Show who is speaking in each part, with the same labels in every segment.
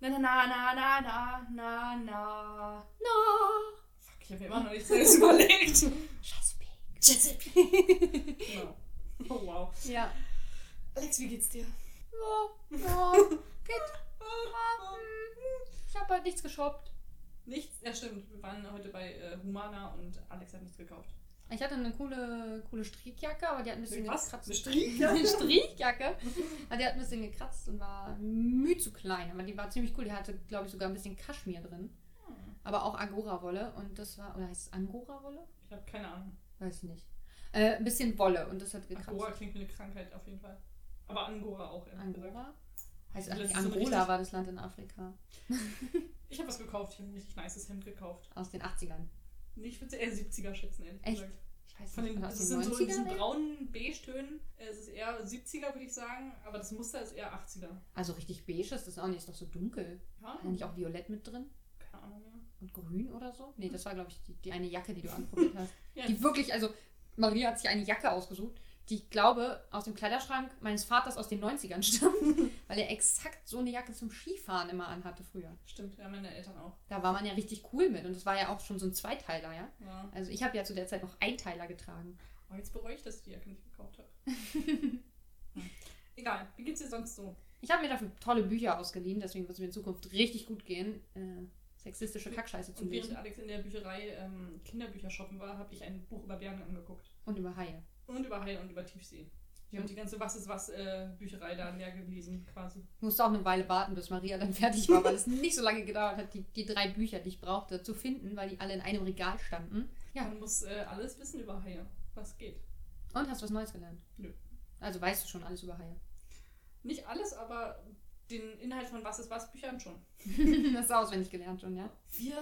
Speaker 1: na, na, na, na, na, na, na. Fuck, ich habe mir immer noch nichts
Speaker 2: Das
Speaker 1: Neues
Speaker 2: überlegt.
Speaker 1: Scheiße, Pink.
Speaker 2: Genau. Oh, wow.
Speaker 1: Ja. Alex, wie geht's dir?
Speaker 2: Ja,
Speaker 1: Oh, Ich habe heute nichts geshoppt.
Speaker 2: Nichts, ja stimmt, wir waren heute bei äh, Humana und Alex hat nichts gekauft.
Speaker 1: Ich hatte eine coole, coole Strickjacke, aber die hat ein bisschen
Speaker 2: Was?
Speaker 1: gekratzt.
Speaker 2: Eine Strickjacke?
Speaker 1: Eine Strickjacke. Aber die hat ein bisschen gekratzt und war müh zu klein. Aber die war ziemlich cool. Die hatte, glaube ich, sogar ein bisschen Kaschmir drin. Aber auch Angora-Wolle. Und das war, oder heißt es Angora-Wolle?
Speaker 2: Ich habe keine Ahnung.
Speaker 1: Weiß ich nicht. Äh, ein bisschen Wolle und das hat gekratzt.
Speaker 2: Angora klingt wie eine Krankheit auf jeden Fall. Aber Angora auch, ehrlich gesagt.
Speaker 1: Angora? Heißt
Speaker 2: Das
Speaker 1: eigentlich
Speaker 2: ist so
Speaker 1: Angola
Speaker 2: richtig-
Speaker 1: war das Land in Afrika.
Speaker 2: Ich habe was gekauft, ich habe ein richtig nices Hemd gekauft.
Speaker 1: Aus den 80ern.
Speaker 2: Nee, ich würde eher 70er schätzen, ehrlich
Speaker 1: Echt?
Speaker 2: gesagt.
Speaker 1: Ich weiß
Speaker 2: Von
Speaker 1: nicht,
Speaker 2: den,
Speaker 1: oder
Speaker 2: das
Speaker 1: aus
Speaker 2: sind
Speaker 1: den
Speaker 2: so in diesen
Speaker 1: 90ern?
Speaker 2: braunen Beige-Tönen. Äh, Es ist eher 70er, würde ich sagen, aber das Muster ist eher 80er.
Speaker 1: Also richtig beige ist das auch nicht. Ist doch so dunkel.
Speaker 2: Ja,
Speaker 1: Hat nicht auch violett mit drin?
Speaker 2: keine Ahnung mehr.
Speaker 1: Und grün oder so? Nee, das war, glaube ich, die, die eine Jacke, die du anprobiert hast.
Speaker 2: Ja.
Speaker 1: Die wirklich, also Maria hat sich eine Jacke ausgesucht, die ich glaube aus dem Kleiderschrank meines Vaters aus den 90ern stammt, weil er exakt so eine Jacke zum Skifahren immer anhatte früher.
Speaker 2: Stimmt, ja, meine Eltern auch.
Speaker 1: Da war man ja richtig cool mit und das war ja auch schon so ein Zweiteiler, ja.
Speaker 2: Ja.
Speaker 1: Also ich habe ja zu der Zeit noch Einteiler getragen.
Speaker 2: Aber Oh, jetzt bereue ich, dass ich die Jacke nicht gekauft habe. Hm. Egal, wie geht's dir sonst so?
Speaker 1: Ich habe mir dafür tolle Bücher ausgeliehen, deswegen wird es mir in Zukunft richtig gut gehen, äh, sexistische Kackscheiße zu
Speaker 2: Und während
Speaker 1: lesen
Speaker 2: Alex in der Bücherei ähm, Kinderbücher shoppen war, habe ich ein Buch über Bären angeguckt.
Speaker 1: und über Haie.
Speaker 2: Und über Haie und über Tiefsee. Ich
Speaker 1: Ja.
Speaker 2: habe die ganze Was ist was äh, Bücherei da leer gelesen, quasi.
Speaker 1: Ich musste auch eine Weile warten, bis Maria dann fertig war, weil es nicht so lange gedauert hat, die, die drei Bücher, die ich brauchte, zu finden, weil die alle in einem Regal standen. Ja.
Speaker 2: Man muss äh, alles wissen über Haie, was geht.
Speaker 1: Und hast du was Neues gelernt?
Speaker 2: Nö.
Speaker 1: Also weißt du schon alles über Haie.
Speaker 2: Nicht alles, aber den Inhalt von Was ist was Büchern schon.
Speaker 1: das ist auswendig gelernt schon, ja?
Speaker 2: Wir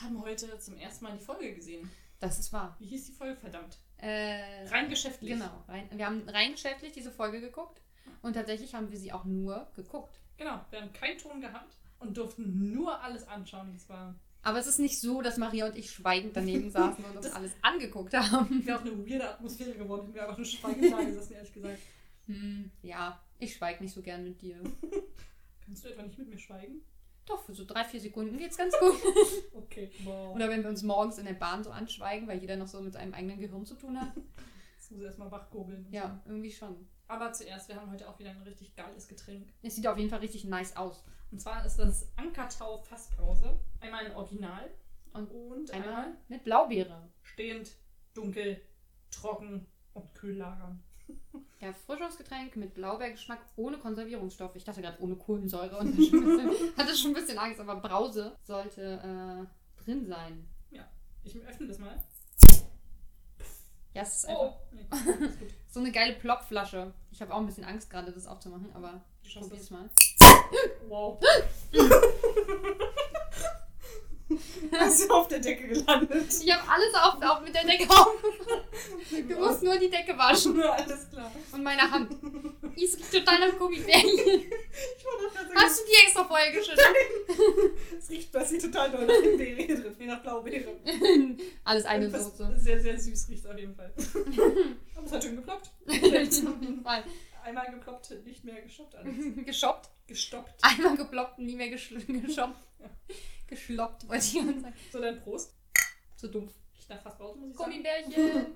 Speaker 2: haben heute zum ersten Mal die Folge gesehen.
Speaker 1: Das ist wahr.
Speaker 2: Wie hieß die Folge? Verdammt.
Speaker 1: Äh,
Speaker 2: Rein geschäftlich.
Speaker 1: Genau. Rein, wir haben rein geschäftlich diese Folge geguckt und tatsächlich haben wir sie auch nur geguckt.
Speaker 2: Genau, wir haben keinen Ton gehabt und durften nur alles anschauen. Das war
Speaker 1: Aber es ist nicht so, dass Maria und ich schweigend daneben saßen und uns alles angeguckt haben.
Speaker 2: wäre auch eine weirde Atmosphäre geworden, wenn wir einfach nur schweigend da gesessen, ehrlich gesagt.
Speaker 1: Hm, ja, ich schweige nicht so gern mit dir.
Speaker 2: Kannst du etwa nicht mit mir schweigen?
Speaker 1: Doch, für so drei, vier Sekunden geht's ganz gut.
Speaker 2: Okay, wow.
Speaker 1: Oder wenn wir uns morgens in der Bahn so anschweigen, weil jeder noch so mit seinem eigenen Gehirn zu tun hat.
Speaker 2: Jetzt muss ich erstmal wachkurbeln.
Speaker 1: Ja, irgendwie schon.
Speaker 2: Aber zuerst, wir haben heute auch wieder ein richtig geiles Getränk.
Speaker 1: Es sieht auf jeden Fall richtig nice aus.
Speaker 2: Und zwar ist das Ankertau Fassbrause. Einmal ein Original
Speaker 1: Und äh,
Speaker 2: und einmal,
Speaker 1: Einmal mit Blaubeere.
Speaker 2: stehend, dunkel, trocken und kühl lagern.
Speaker 1: Ja, Frischungsgetränk mit Blaubeergeschmack ohne Konservierungsstoffe. Ich dachte gerade ohne Kohlensäure und hatte schon ein bisschen, hatte schon ein bisschen Angst, aber Brause sollte äh, drin sein.
Speaker 2: Ich öffne das mal.
Speaker 1: Ja, es ist einfach
Speaker 2: Oh! Nee, ist gut.
Speaker 1: so eine geile Plopflasche. Ich habe auch ein bisschen Angst gerade, das aufzumachen, aber
Speaker 2: Du
Speaker 1: ich
Speaker 2: schaffst
Speaker 1: probiere
Speaker 2: das.
Speaker 1: es mal.
Speaker 2: Wow. Hast du auf der Decke gelandet?
Speaker 1: Ich habe alles auf, auf mit der Decke auf. Du
Speaker 2: Wow.
Speaker 1: musst nur die Decke waschen
Speaker 2: Alles klar.
Speaker 1: und meine Hand. Die ist total nach Gummibärchen.
Speaker 2: Ich war doch gerade
Speaker 1: Hast du die extra vorher geschüttelt?
Speaker 2: Es riecht plötzlich total doll nach Himbeere drin, wie nach Blaubeere.
Speaker 1: Alles eine
Speaker 2: Was
Speaker 1: Soße.
Speaker 2: Sehr, sehr süß riecht auf jeden Fall. Aber es hat schön geploppt.
Speaker 1: Mal
Speaker 2: Einmal geploppt, nicht mehr gestoppt. Alles.
Speaker 1: Mhm. geshoppt.
Speaker 2: Gestoppt.
Speaker 1: Einmal geploppt und nie mehr geschl geschoppt. Geschloppt, wollte ich ganz sagen.
Speaker 2: So, dann Prost.
Speaker 1: Zu dumpf.
Speaker 2: Ich nach fast raus, muss ich sagen.
Speaker 1: Gummibärchen!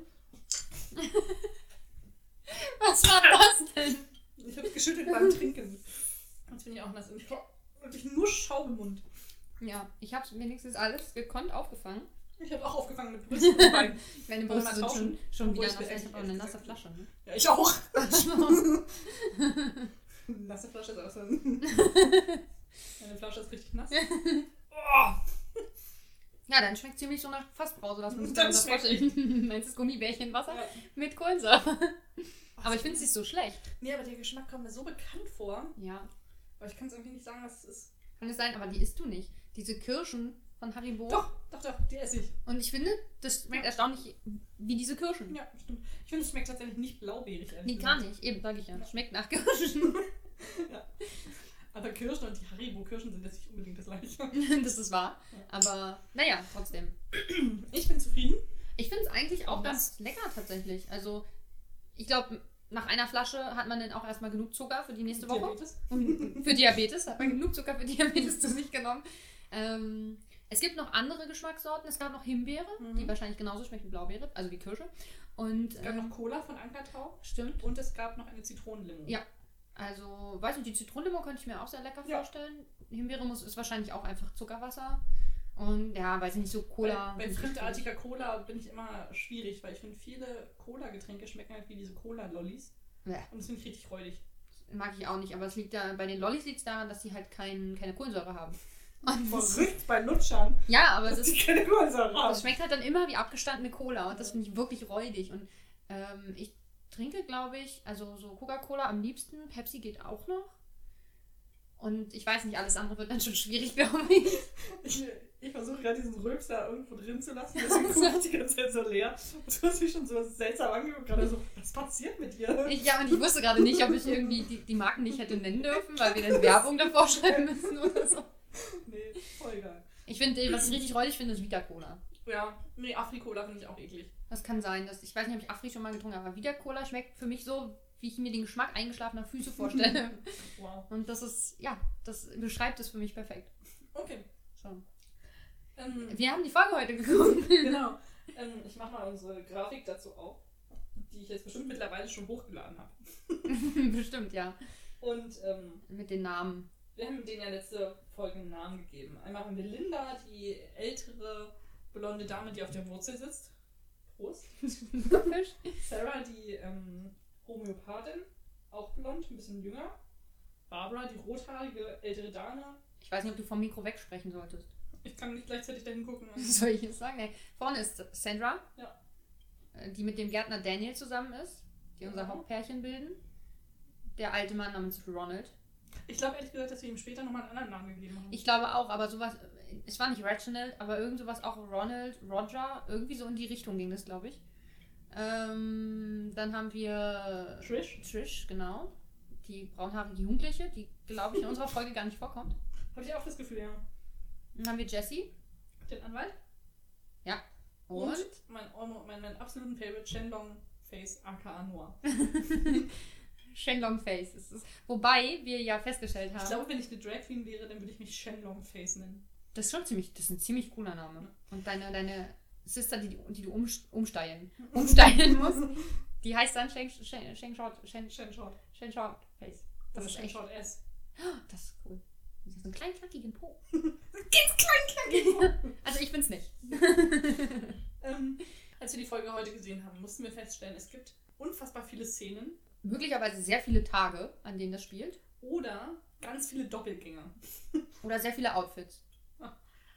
Speaker 1: Was war das denn?
Speaker 2: Ich hab's geschüttelt beim Trinken. Jetzt bin ich auch nass. Und ich hab wirklich nur Schaum im Mund.
Speaker 1: Ja, ich hab's wenigstens alles gekonnt aufgefangen.
Speaker 2: Ich hab auch aufgefangen mit Brüsten und Beinen. Wollen
Speaker 1: Meine
Speaker 2: wir
Speaker 1: Brüste
Speaker 2: mal
Speaker 1: sind schon,
Speaker 2: tauschen?
Speaker 1: schon
Speaker 2: Obwohl
Speaker 1: wieder
Speaker 2: ich bin
Speaker 1: nass. Ich
Speaker 2: ehrlich-
Speaker 1: habe auch eine
Speaker 2: ehrlich
Speaker 1: nasse
Speaker 2: gesagt-
Speaker 1: Flasche. Ne?
Speaker 2: Ja, ich auch.
Speaker 1: Ach,
Speaker 2: Nasse Flasche ist aus. Meine Flasche ist richtig nass. Oh,
Speaker 1: ja, dann schmeckt ziemlich so nach Fassbrause. Das muss
Speaker 2: Dann
Speaker 1: man sich
Speaker 2: schmeckt
Speaker 1: vorstellen. Meinst du das Gummibärchenwasser?
Speaker 2: Ja. Oh,
Speaker 1: Mit Kohlensäure. Aber ich finde es nicht so schlecht.
Speaker 2: Nee, aber der Geschmack kommt mir so bekannt vor.
Speaker 1: Ja,
Speaker 2: Aber ich kann es irgendwie nicht sagen, was es ist.
Speaker 1: kann es sein, aber die isst du nicht. Diese Kirschen von Haribo.
Speaker 2: Doch, doch, doch, die esse ich.
Speaker 1: Und ich finde, das schmeckt
Speaker 2: Ja.
Speaker 1: erstaunlich wie diese Kirschen.
Speaker 2: Ja, stimmt. Ich finde, es schmeckt tatsächlich nicht blaubeerig. ehrlich
Speaker 1: Nee, gar
Speaker 2: gesagt.
Speaker 1: nicht. Eben, sag ich ja. Schmeckt nach Kirschen.
Speaker 2: Aber Kirschen und die Haribo-Kirschen sind jetzt nicht unbedingt das gleiche.
Speaker 1: das ist wahr. Aber naja, trotzdem.
Speaker 2: Ich bin zufrieden.
Speaker 1: Ich finde es eigentlich auch
Speaker 2: Und
Speaker 1: ganz lecker tatsächlich. Also, ich glaube, nach einer Flasche hat man dann auch erstmal genug Zucker für die nächste Woche.
Speaker 2: Diabetes?
Speaker 1: Und für Diabetes hat man genug Zucker für Diabetes zu sich genommen. Ähm, es gibt noch andere Geschmackssorten. Es gab noch Himbeere,
Speaker 2: Mhm.
Speaker 1: die wahrscheinlich genauso schmecken wie Blaubeere, also wie Kirsche. Und
Speaker 2: Es gab
Speaker 1: ähm,
Speaker 2: noch Cola von Ankertau
Speaker 1: stimmt.
Speaker 2: und es gab noch eine Zitronenlimo.
Speaker 1: Ja. Also, weiß nicht, die Zitronenlimo könnte ich mir auch sehr lecker
Speaker 2: Ja.
Speaker 1: vorstellen. Himbeere muss, ist wahrscheinlich auch einfach Zuckerwasser. Und ja, weiß ich nicht, so Cola.
Speaker 2: Bei, bei fremdartiger Cola bin ich immer schwierig, weil ich finde, viele Cola-Getränke schmecken halt wie diese Cola-Lollis.
Speaker 1: Bäh.
Speaker 2: Und das finde ich richtig räudig.
Speaker 1: Mag ich auch nicht, aber es liegt da, bei den Lollis liegt es daran, dass sie halt kein, keine Kohlensäure haben. Und das,
Speaker 2: Verrückt bei Lutschern,
Speaker 1: ja, aber es
Speaker 2: dass
Speaker 1: ist
Speaker 2: die keine Kohlensäure
Speaker 1: Das
Speaker 2: haben.
Speaker 1: schmeckt halt dann immer wie abgestandene Cola und das finde ich wirklich räudig. Und ähm, ich trinke, glaube ich, also so Coca-Cola am liebsten. Pepsi geht auch noch. Und ich weiß nicht, alles andere wird dann schon schwierig, glaube ich.
Speaker 2: Ich, ich versuche gerade diesen Rülpser irgendwo drin zu lassen, deswegen gucke ich die ganze Zeit so leer. Und du hast mich schon so seltsam angeguckt, gerade so, was passiert mit dir?
Speaker 1: ich. Ja, und ich wusste gerade nicht, ob ich irgendwie die, die Marken nicht hätte nennen dürfen, weil wir dann Werbung davor schreiben müssen oder so.
Speaker 2: Nee, voll geil.
Speaker 1: Ich finde, was ich richtig räudig finde, ist Vita-Cola.
Speaker 2: Ja, nee, Afri-Cola finde ich auch eklig.
Speaker 1: Das kann sein, dass ich weiß nicht, ob ich Afri schon mal getrunken habe, aber Vita-Cola schmeckt für mich so, wie ich mir den Geschmack eingeschlafener Füße vorstelle.
Speaker 2: Wow.
Speaker 1: Und das ist, ja, das beschreibt es für mich perfekt.
Speaker 2: Okay.
Speaker 1: So.
Speaker 2: Ähm,
Speaker 1: Wir haben die Folge heute geguckt.
Speaker 2: genau. Ähm, ich mache mal unsere Grafik dazu auf, die ich jetzt bestimmt mittlerweile schon hochgeladen habe.
Speaker 1: Bestimmt, ja.
Speaker 2: Und ähm,
Speaker 1: Mit den Namen.
Speaker 2: wir haben denen ja letzte Folge einen Namen gegeben. Einmal haben wir Linda, die ältere blonde Dame, die auf der Wurzel sitzt. Prost.
Speaker 1: Fisch.
Speaker 2: Sarah, die ähm, Homöopathin, auch blond, ein bisschen jünger. Barbara, die rothaarige ältere Dame.
Speaker 1: Ich weiß nicht, ob du vom Mikro wegsprechen solltest.
Speaker 2: Ich kann nicht gleichzeitig dahin gucken.
Speaker 1: Soll ich jetzt sagen? Nee. Vorne ist Sandra,
Speaker 2: Ja.
Speaker 1: äh, die mit dem Gärtner Daniel zusammen ist, die unser
Speaker 2: Ja.
Speaker 1: Hauptpärchen bilden. Der alte Mann namens Ronald.
Speaker 2: Ich glaube ehrlich gesagt, dass wir ihm später nochmal einen anderen Namen gegeben haben.
Speaker 1: Ich glaube auch, aber sowas, es war nicht Reginald, aber irgend sowas auch Ronald, Roger, irgendwie so in die Richtung ging das, glaube ich. Ähm, dann haben wir
Speaker 2: Trish?
Speaker 1: Trish, genau. Die braunhaarige Jugendliche, die, glaube ich, in unserer Folge gar nicht vorkommt.
Speaker 2: Hab ich auch das Gefühl, ja.
Speaker 1: Dann haben wir Jessie
Speaker 2: Den Anwalt?
Speaker 1: und,
Speaker 2: mein, mein, mein absoluten Favorite, Shenlong Face aka Noah.
Speaker 1: Shenlong Face. Ist es. Wobei wir ja festgestellt haben,
Speaker 2: Ich glaube, wenn ich eine Drag Queen wäre, dann würde ich mich Shenlong Face nennen.
Speaker 1: das ist schon ziemlich, das ist ein ziemlich cooler Name. Und deine, deine Sister, die, du- die du um, umsteigen, umsteigen musst, die heißt dann Sheng, Sheng, Sheng Short, Sheng,
Speaker 2: Shen Short.
Speaker 1: Sheng Short Face. Das, ist
Speaker 2: Shen
Speaker 1: echt,
Speaker 2: Short S.
Speaker 1: das ist cool. Und sie hat so einen kleinen knackigen Po. Ganz klein knackigen Also ich bin's nicht.
Speaker 2: Genau. Ähm, als wir die Folge heute gesehen haben, mussten wir feststellen, es gibt unfassbar viele Szenen
Speaker 1: Möglicherweise sehr viele Tage, an denen das spielt.
Speaker 2: oder ganz viele Doppelgänger.
Speaker 1: Oder sehr viele Outfits.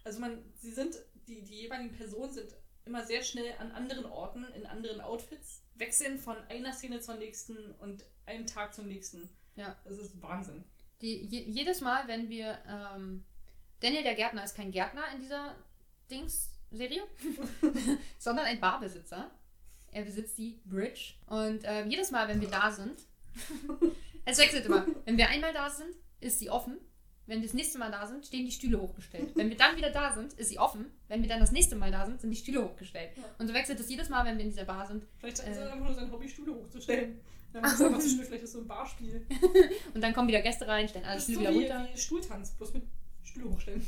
Speaker 2: Also man, sie sind, die, die jeweiligen Personen sind immer sehr schnell an anderen Orten, in anderen Outfits, wechseln von einer Szene zur nächsten und einem Tag zum nächsten.
Speaker 1: Ja.
Speaker 2: Das ist Wahnsinn.
Speaker 1: Die, je, jedes Mal, wenn wir. Ähm, Daniel der Gärtner ist kein Gärtner in dieser Dings-Serie, sondern ein Barbesitzer. Er besitzt die Bridge. Und ähm, jedes Mal, wenn wir da sind, es wechselt immer. Wenn wir einmal da sind, ist sie offen. Wenn wir das nächste Mal da sind, stehen die Stühle hochgestellt. Wenn wir dann wieder da sind, ist sie offen. Wenn wir dann das nächste Mal da sind, sind die Stühle hochgestellt.
Speaker 2: Ja.
Speaker 1: Und so wechselt es jedes Mal, wenn wir in dieser Bar sind.
Speaker 2: Vielleicht ist
Speaker 1: Äh.
Speaker 2: es einfach nur sein Hobby, Stühle hochzustellen. Dann macht es einfach zu Stühle, vielleicht ist es so ein Barspiel.
Speaker 1: Und dann kommen wieder Gäste rein, stellen alle
Speaker 2: Das ist so
Speaker 1: Stühle Ah, wieder
Speaker 2: wie,
Speaker 1: runter.
Speaker 2: wie Stuhltanz, bloß mit Stühle hochstellen.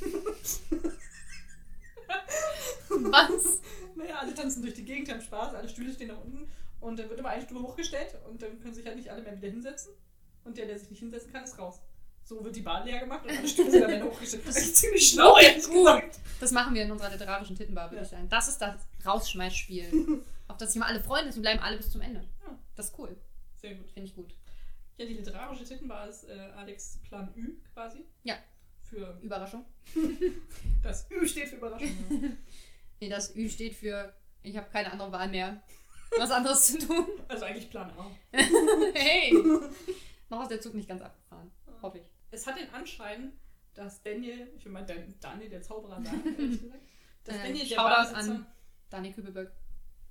Speaker 1: Was?
Speaker 2: Naja, alle tanzen durch die Gegend, haben Spaß, alle Stühle stehen nach unten und dann wird immer ein Stuhl hochgestellt und dann können sich halt nicht alle mehr wieder hinsetzen. Und der, der sich nicht hinsetzen kann, ist raus. So wird die Bar leer gemacht und alle Stühle sind am Ende hochgestellt. Das ist ziemlich
Speaker 1: Oh,
Speaker 2: schlau, ehrlich gesagt.
Speaker 1: Das machen wir in unserer literarischen Tittenbar, würde
Speaker 2: Ja.
Speaker 1: ich sagen. Das ist das Rausschmeißspiel. Auf das sich mal alle freuen, deswegen bleiben alle bis zum Ende.
Speaker 2: Ja.
Speaker 1: Das ist cool.
Speaker 2: Sehr gut.
Speaker 1: Finde ich gut.
Speaker 2: Ja, die literarische Tittenbar ist äh, Alex Plan Ü quasi.
Speaker 1: Ja.
Speaker 2: Für
Speaker 1: Überraschung.
Speaker 2: das Ü steht für Überraschung.
Speaker 1: Nee, das Ü steht für, ich habe keine andere Wahl mehr, was anderes zu tun.
Speaker 2: also eigentlich Plan A.
Speaker 1: Hey! Noch ist der Zug nicht ganz abgefahren. Hoffe ich.
Speaker 2: Es hat den Anschein, dass Daniel, ich will mal Dan- Daniel der Zauberer sagen, ehrlich gesagt, dass
Speaker 1: Äh,
Speaker 2: Daniel der
Speaker 1: Shoutout
Speaker 2: Wahnsinn
Speaker 1: an Daniel Kübelberg.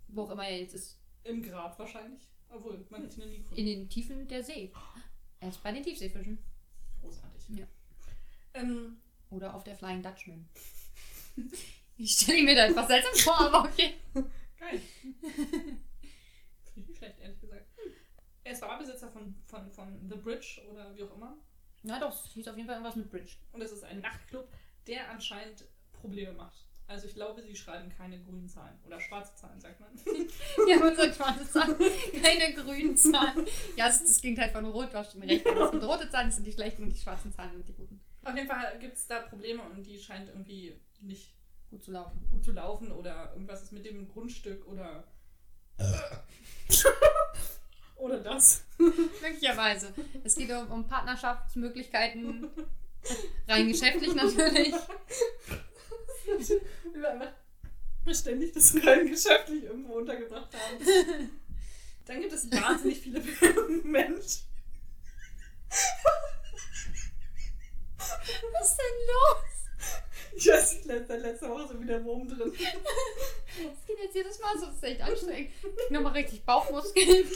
Speaker 1: Wo auch immer er jetzt ist.
Speaker 2: im Grab wahrscheinlich. Obwohl, man hat ihn ja nie
Speaker 1: In
Speaker 2: gefunden.
Speaker 1: den Tiefen der See. Er ist bei den Tiefseefischen.
Speaker 2: Großartig.
Speaker 1: Ja.
Speaker 2: Ähm,
Speaker 1: Oder auf der Flying Dutchman. Ich stelle ihn mir da etwas seltsam vor, aber okay.
Speaker 2: geil. Finde ich nicht schlecht, ehrlich gesagt. Er ist Barbesitzer von, von, von The Bridge oder wie auch immer.
Speaker 1: Na doch, es hieß auf jeden Fall irgendwas mit Bridge.
Speaker 2: Und es ist ein Nachtclub, der anscheinend Probleme macht. Also ich glaube, sie schreiben keine grünen Zahlen. Oder schwarze Zahlen, sagt man.
Speaker 1: Ja, man sagt schwarze Zahlen, keine grünen Zahlen. Ja, das, das klingt halt von rot, du hast schon recht. Das sind rote Zahlen, das sind die schlechten und die schwarzen Zahlen sind die guten.
Speaker 2: Auf jeden Fall gibt es da Probleme und die scheint irgendwie nicht
Speaker 1: Gut zu laufen.
Speaker 2: gut zu laufen oder irgendwas ist mit dem Grundstück oder. oder das.
Speaker 1: Möglicherweise. Es geht um, um Partnerschaftsmöglichkeiten, rein geschäftlich natürlich.
Speaker 2: Wie wir einfach beständig das rein geschäftlich irgendwo untergebracht haben. Dann gibt es wahnsinnig viele Menschen.
Speaker 1: Was ist denn los?
Speaker 2: Ich weiß nicht, letzte, letzte Woche so wieder Wurm drin.
Speaker 1: Das geht jetzt jedes Mal so, das ist echt anstrengend. Nochmal richtig Bauchmuskeln.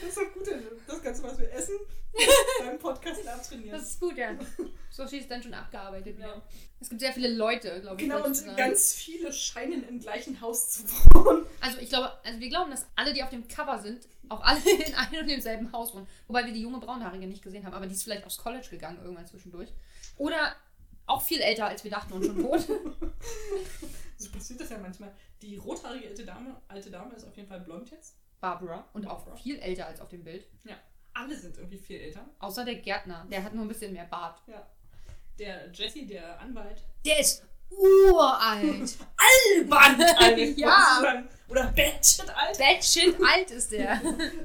Speaker 2: Das ist doch gut, das Ganze, was wir essen, beim Podcast abtrainieren.
Speaker 1: Das ist gut, ja. So viel ist dann schon abgearbeitet wieder.
Speaker 2: Ja.
Speaker 1: Es gibt sehr viele Leute, glaube ich.
Speaker 2: Genau, und
Speaker 1: sozusagen.
Speaker 2: ganz viele scheinen im gleichen Haus zu wohnen.
Speaker 1: Also ich glaube, also wir glauben, dass alle, die auf dem Cover sind, auch alle in einem und demselben Haus wohnen. Wobei wir die junge Braunhaarige nicht gesehen haben, aber die ist vielleicht aufs College gegangen irgendwann zwischendurch. Oder auch viel älter, als wir dachten und schon tot.
Speaker 2: So passiert das ja manchmal. Die rothaarige alte Dame, alte Dame ist auf jeden Fall blond jetzt.
Speaker 1: Barbara und auch
Speaker 2: Barbara.
Speaker 1: viel älter als auf dem Bild.
Speaker 2: Alle sind irgendwie viel älter.
Speaker 1: Außer der Gärtner, der hat nur ein bisschen mehr Bart.
Speaker 2: Ja. Der Jesse, der Anwalt.
Speaker 1: Der ist uralt.
Speaker 2: Albern! Alter,
Speaker 1: Ja.
Speaker 2: sozusagen. Oder Batshit, Alter.
Speaker 1: Bad shit alt ist der.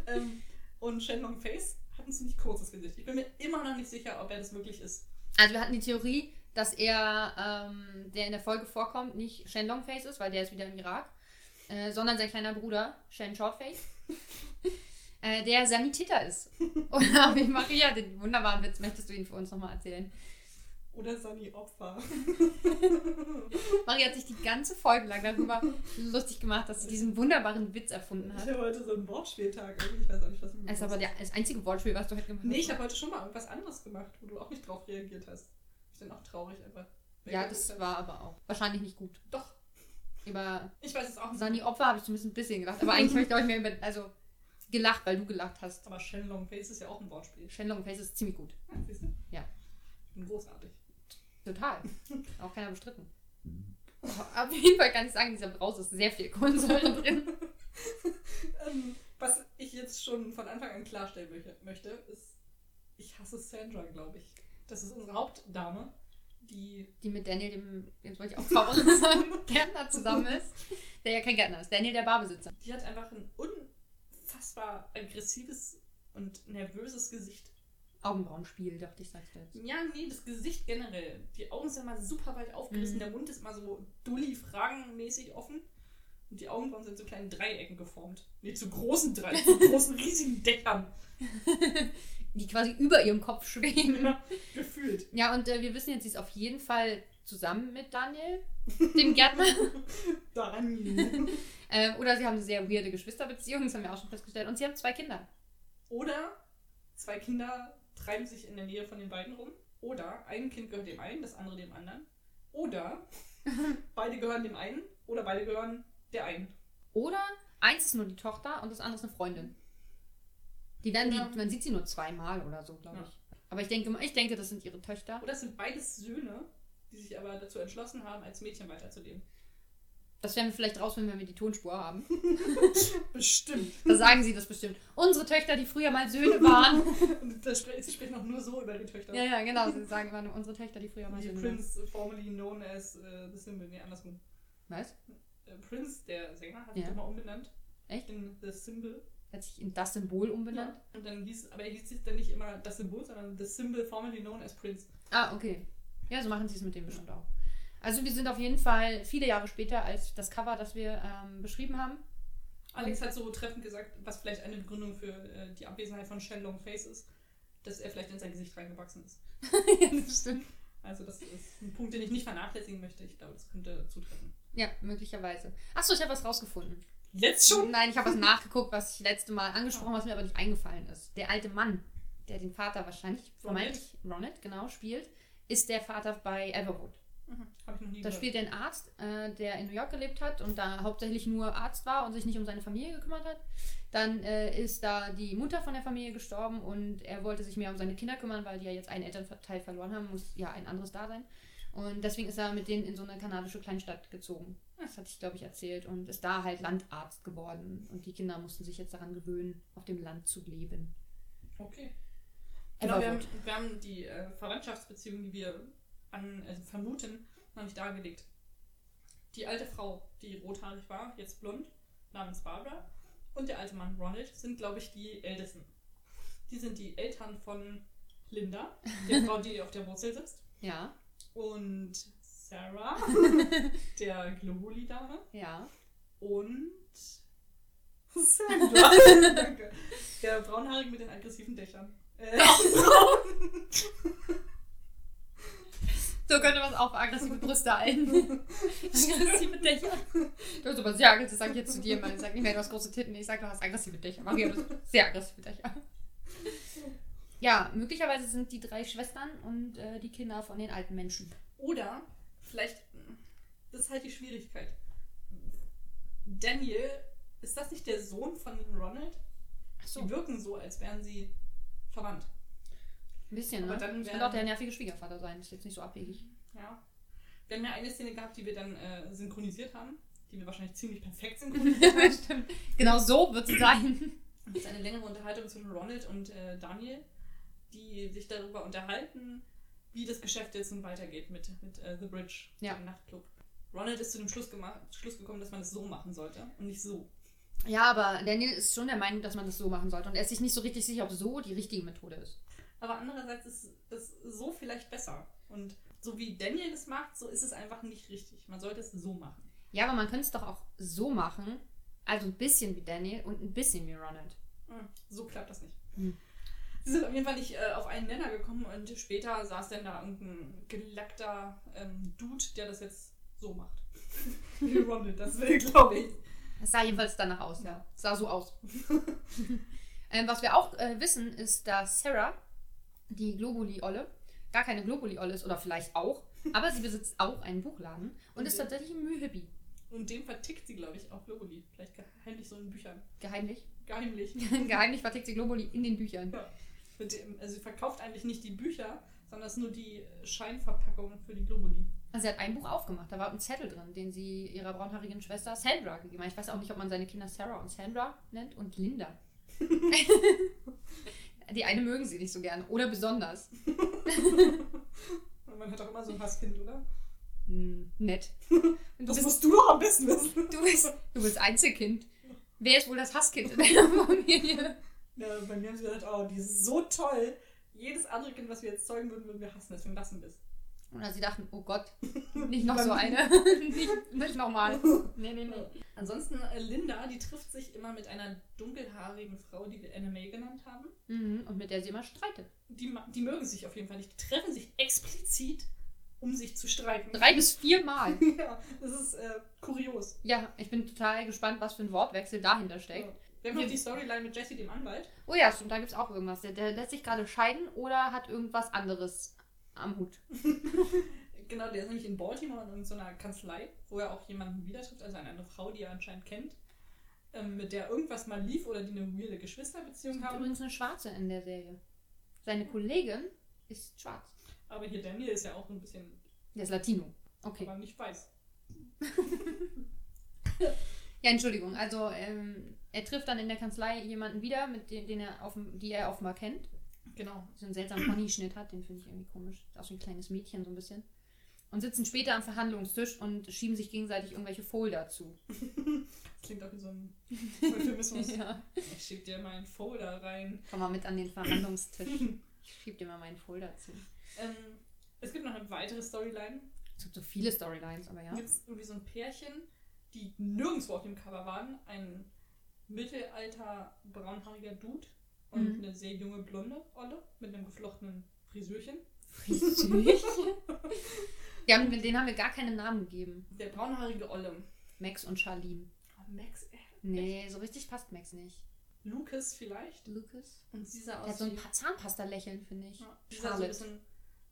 Speaker 2: Ähm, und Shenlong Face hat ein ziemlich kurzes Gesicht. Ich bin mir immer noch nicht sicher, ob er das wirklich ist.
Speaker 1: Also wir hatten die Theorie, dass er, ähm, der in der Folge vorkommt, nicht Shen Longface ist, weil der ist wieder im Irak, äh, sondern sein kleiner Bruder, Shen Shortface, äh, der Sanitäter ist. Oder wie Maria, den wunderbaren Witz, möchtest du ihn für uns nochmal erzählen?
Speaker 2: Oder Sunny Opfer.
Speaker 1: Maria hat sich die ganze Folge lang darüber lustig gemacht, dass sie diesen wunderbaren Witz erfunden
Speaker 2: Ich
Speaker 1: hat.
Speaker 2: habe heute so einen Wortspieltag. irgendwie. Ich weiß auch nicht, was ich
Speaker 1: Das ist aber der, das einzige Wortspiel, was du heute gemacht hast.
Speaker 2: Nee, ich habe heute schon mal irgendwas anderes gemacht, wo du auch nicht drauf reagiert hast. Ich bin auch traurig einfach.
Speaker 1: ja, das war aber auch wahrscheinlich nicht gut.
Speaker 2: Doch,
Speaker 1: Über
Speaker 2: ich weiß es auch nicht.
Speaker 1: Sani Opfer habe ich zumindest ein bisschen gelacht, aber eigentlich habe ich, glaube ich, mehr über, also gelacht, weil du gelacht hast.
Speaker 2: Aber Shenlong Face ist ja auch ein Wortspiel.
Speaker 1: Shenlong Face ist ziemlich gut.
Speaker 2: Ja, siehst du?
Speaker 1: Ja.
Speaker 2: Ich bin großartig.
Speaker 1: Total. Auch keiner bestritten. Auf jeden Fall kann ich sagen, in dieser Brause ist sehr viel Kohlensäure drin.
Speaker 2: Ähm, was ich jetzt schon von Anfang an klarstellen möchte- möchte, ist, ich hasse Sandra, glaube ich. Das ist unsere Hauptdame, die.
Speaker 1: Die mit Daniel, dem, jetzt wollte ich auch Zauberer sagen, Gärtner zusammen ist. Der ja kein Gärtner ist. Daniel, der Barbesitzer.
Speaker 2: Die hat einfach ein unfassbar aggressives und nervöses Gesicht.
Speaker 1: Augenbrauenspiel, dachte ich, sagst du jetzt.
Speaker 2: Ja, nee, das Gesicht generell. Die Augen sind mal super weit aufgerissen,
Speaker 1: Mhm.
Speaker 2: der Mund ist mal so dulli-fragenmäßig offen. Und die Augenbrauen sind zu kleinen Dreiecken geformt. Nee, zu großen Dreiecken, zu großen riesigen Dächern.
Speaker 1: Die quasi über ihrem Kopf schweben.
Speaker 2: Ja, Gefühlt.
Speaker 1: Ja, und äh, wir wissen jetzt, sie ist auf jeden Fall zusammen mit Daniel, dem Gärtner.
Speaker 2: Daniel.
Speaker 1: Äh, oder sie haben eine sehr weirde Geschwisterbeziehung, das haben wir auch schon festgestellt. Und sie haben zwei Kinder.
Speaker 2: Oder zwei Kinder treiben sich in der Nähe von den beiden rum. Oder ein Kind gehört dem einen, das andere dem anderen. Oder beide gehören dem einen oder beide gehören der einen.
Speaker 1: Oder eins ist nur die Tochter und das andere ist eine Freundin. Die werden,
Speaker 2: Ja.
Speaker 1: die, man sieht sie nur zweimal oder so, glaube
Speaker 2: Ja.
Speaker 1: ich. Aber ich denke, mal- ich denke, das sind ihre Töchter.
Speaker 2: Oder es sind beides Söhne, die sich aber dazu entschlossen haben, als Mädchen weiterzuleben.
Speaker 1: Das werden wir vielleicht rausfinden, wenn wir die Tonspur haben.
Speaker 2: Bestimmt.
Speaker 1: Da sagen sie das bestimmt. Unsere Töchter, die früher mal Söhne waren.
Speaker 2: Und das spr- sie sprechen auch nur so über die Töchter.
Speaker 1: ja, ja, genau. Sie sagen immer nur unsere Töchter, die früher mal
Speaker 2: Die
Speaker 1: Söhne waren.
Speaker 2: Prince, äh, formerly known as äh, The Symbol. Nee, andersrum.
Speaker 1: Was?
Speaker 2: Äh, Prince, der Sänger, hat
Speaker 1: Ja.
Speaker 2: sich doch mal umbenannt.
Speaker 1: Echt?
Speaker 2: In The Symbol.
Speaker 1: Hat sich in das Symbol umbenannt?
Speaker 2: Ja. Und dann hieß, aber er hieß jetzt dann nicht immer das Symbol, sondern The Symbol, formerly known as Prince.
Speaker 1: Ah, okay. Ja, so machen sie es mit dem bestimmt auch. Also wir sind auf jeden Fall viele Jahre später als das Cover, das wir ähm, beschrieben haben.
Speaker 2: Alex hat so treffend gesagt, was vielleicht eine Begründung für äh, die Abwesenheit von Shenlong Face ist, dass er vielleicht in sein Gesicht reingewachsen ist.
Speaker 1: ja, das stimmt.
Speaker 2: Also das ist ein Punkt, den ich nicht vernachlässigen möchte. Ich glaube, das könnte zutreffen.
Speaker 1: Ja, möglicherweise. Achso, ich habe was rausgefunden.
Speaker 2: Jetzt schon?
Speaker 1: Nein, ich habe was nachgeguckt, was ich letzte Mal angesprochen habe, was mir aber nicht eingefallen ist. Der alte Mann, der den Vater wahrscheinlich,
Speaker 2: Ronald?
Speaker 1: vermeintlich Ronald, genau, spielt, ist der Vater bei Everwood.
Speaker 2: Mhm. Habe ich noch nie
Speaker 1: Da
Speaker 2: gehört.
Speaker 1: spielt er einen Arzt, äh, der in New York gelebt hat und da hauptsächlich nur Arzt war und sich nicht um seine Familie gekümmert hat. Dann äh, ist da die Mutter von der Familie gestorben und er wollte sich mehr um seine Kinder kümmern, weil die ja jetzt einen Elternteil verloren haben, muss ja ein anderes da sein. Und deswegen ist er mit denen in so eine kanadische Kleinstadt gezogen. Das hatte ich, glaube ich, erzählt. Und ist da halt Landarzt geworden. Und die Kinder mussten sich jetzt daran gewöhnen, auf dem Land zu leben.
Speaker 2: Okay. Genau,
Speaker 1: Aber
Speaker 2: wir
Speaker 1: gut.
Speaker 2: haben, wir haben die äh, Verwandtschaftsbeziehung, die wir an, also vermuten, noch nicht dargelegt. Die alte Frau, die rothaarig war, jetzt blond, namens Barbara, und der alte Mann Ronald sind, glaube ich, die Ältesten. Die sind die Eltern von Linda, der Frau, die auf der Wurzel sitzt,
Speaker 1: Ja,
Speaker 2: und Sarah, der Globuli-Dame,
Speaker 1: ja.
Speaker 2: und Sandra, danke, der braunhaarige mit den aggressiven Dächern. Äh,
Speaker 1: So könnte man es auch für aggressive Brüste ein. aggressive Dächer. Du hast aber sehr aggressiv, das sag ich jetzt zu dir, Mann. Ich sag nicht mehr, du hast große Titten. Ich sag, du hast aggressive Dächer. Maria, du hast sehr aggressive Dächer. Ja, möglicherweise sind die drei Schwestern und äh, die Kinder von den alten Menschen.
Speaker 2: Oder vielleicht, das ist halt die Schwierigkeit. Daniel, ist das nicht der Sohn von Ronald?
Speaker 1: Ach
Speaker 2: Die wirken so, als wären sie verwandt.
Speaker 1: Ein bisschen,
Speaker 2: Aber
Speaker 1: ne?
Speaker 2: dann
Speaker 1: das
Speaker 2: wär-
Speaker 1: könnte auch der nervige Schwiegervater sein. Ist jetzt nicht so abwegig.
Speaker 2: Ja. Wir haben ja eine Szene gehabt, die wir dann äh, synchronisiert haben, die wir wahrscheinlich ziemlich perfekt synchronisiert haben.
Speaker 1: Stimmt. Genau so wird es sein.
Speaker 2: Das ist eine längere Unterhaltung zwischen Ronald und äh, Daniel, die sich darüber unterhalten, wie das Geschäft jetzt nun weitergeht mit, mit äh, The Bridge,
Speaker 1: Ja.
Speaker 2: dem Nachtclub. Ronald ist zu dem Schluss, gemacht, Schluss gekommen, dass man es das so machen sollte und nicht so.
Speaker 1: Ja, aber Daniel ist schon der Meinung, dass man das so machen sollte. Und er ist sich nicht so richtig sicher, ob so die richtige Methode ist.
Speaker 2: Aber andererseits ist das so vielleicht besser. Und so wie Daniel das macht, so ist es einfach nicht richtig. Man sollte es so machen.
Speaker 1: Ja, aber man könnte es doch auch so machen. Also ein bisschen wie Daniel und ein bisschen wie Ronald.
Speaker 2: Hm, So klappt das nicht.
Speaker 1: Hm.
Speaker 2: Sie sind auf jeden Fall nicht äh, auf einen Nenner gekommen und später saß dann da irgendein gelackter ähm, Dude, der das jetzt so macht. Wie Ronald das will, glaube ich.
Speaker 1: Es sah jedenfalls danach aus, ja. Es sah so aus. ähm, was wir auch äh, wissen, ist, dass Sarah, die Globuli-Olle, gar keine Globuli-Olle ist oder vielleicht auch, aber sie besitzt auch einen Buchladen und ist
Speaker 2: Okay.
Speaker 1: tatsächlich ein Mühlhippie.
Speaker 2: Und dem vertickt sie, glaube ich, auch Globuli. Vielleicht heimlich so in Büchern.
Speaker 1: Geheimlich.
Speaker 2: Geheimlich.
Speaker 1: Geheimlich vertickt sie Globuli in den Büchern.
Speaker 2: Mit dem, also sie verkauft eigentlich nicht die Bücher, sondern es ist nur die Scheinverpackung für die Globuli.
Speaker 1: Also sie hat ein Buch aufgemacht, da war ein Zettel drin, den sie ihrer braunhaarigen Schwester Sandra gegeben hat. Ich weiß auch nicht, ob man seine Kinder Sarah und Sandra nennt und Linda. Die eine mögen sie nicht so gern oder besonders.
Speaker 2: Und man hat auch immer so ein Hasskind, oder?
Speaker 1: Hm, nett. Und Du
Speaker 2: Das
Speaker 1: bist,
Speaker 2: musst du doch am besten wissen.
Speaker 1: du, bist, du bist Einzelkind. Wer ist wohl das Hasskind in deiner Familie?
Speaker 2: Ja, bei mir haben sie gedacht, oh, die ist so toll. Jedes andere Kind, was wir jetzt zeugen würden, würden wir hassen, deswegen lassen wir es.
Speaker 1: Oder sie dachten, oh Gott, nicht noch so eine. nicht nicht nochmal. Nee, nee, nee.
Speaker 2: Ansonsten, äh, Linda, die trifft sich immer mit einer dunkelhaarigen Frau, die wir Anime genannt haben.
Speaker 1: Mhm, und mit der sie immer streitet.
Speaker 2: Die, ma- die mögen sich auf jeden Fall nicht. Die treffen sich explizit, um sich zu streiten.
Speaker 1: Drei bis viermal.
Speaker 2: ja, das ist äh, kurios.
Speaker 1: Ja, ich bin total gespannt, was für ein Wortwechsel dahinter steckt.
Speaker 2: Ja. Wir haben noch die Storyline mit Jesse, dem Anwalt.
Speaker 1: Oh ja, stimmt, da gibt es auch irgendwas. Der, der lässt sich gerade scheiden oder hat irgendwas anderes am Hut.
Speaker 2: Genau, der ist nämlich in Baltimore in irgendeiner Kanzlei, wo er auch jemanden wieder trifft, also eine andere Frau, die er anscheinend kennt, ähm, mit der irgendwas mal lief oder die eine weirde Geschwisterbeziehung
Speaker 1: Hat
Speaker 2: haben.
Speaker 1: übrigens eine Schwarze in der Serie. Seine Kollegin ist schwarz.
Speaker 2: Aber hier Daniel ist ja auch ein bisschen,
Speaker 1: Der ist Latino. Okay.
Speaker 2: aber nicht weiß.
Speaker 1: Ja, Entschuldigung. Also, ähm, er trifft dann in der Kanzlei jemanden wieder, mit dem, den er auf, die er offenbar kennt.
Speaker 2: Genau.
Speaker 1: So einen seltsamen Pony-Schnitt hat, den finde ich irgendwie komisch. Ist auch so ein kleines Mädchen, so ein bisschen. Und sitzen später am Verhandlungstisch und schieben sich gegenseitig irgendwelche Folder zu.
Speaker 2: Das klingt auch wie so ein Euphemismus.
Speaker 1: Ja.
Speaker 2: Ich schick dir meinen Folder rein.
Speaker 1: Komm mal mit an den Verhandlungstisch. Ich schieb dir mal meinen Folder zu.
Speaker 2: Ähm, es gibt noch eine weitere Storyline.
Speaker 1: Es gibt so viele Storylines, aber ja.
Speaker 2: Gibt es irgendwie so ein Pärchen, die nirgendwo auf dem Cover waren. Ein mittelalter braunhaariger Dude und
Speaker 1: Mhm.
Speaker 2: eine sehr junge blonde Olle mit einem geflochtenen Frisürchen.
Speaker 1: Frisürchen? Die haben, denen haben wir gar keine Namen gegeben.
Speaker 2: Der braunhaarige Olle.
Speaker 1: Max und Charlene.
Speaker 2: Max äh,
Speaker 1: Nee, so richtig passt Max nicht.
Speaker 2: Lucas vielleicht.
Speaker 1: Lucas?
Speaker 2: Und sie sah
Speaker 1: Der hat
Speaker 2: aus
Speaker 1: so ein
Speaker 2: wie.
Speaker 1: paar Zahnpasta-Lächeln, finde ich.
Speaker 2: Ja, sie sah so ein
Speaker 1: Charlotte.
Speaker 2: bisschen.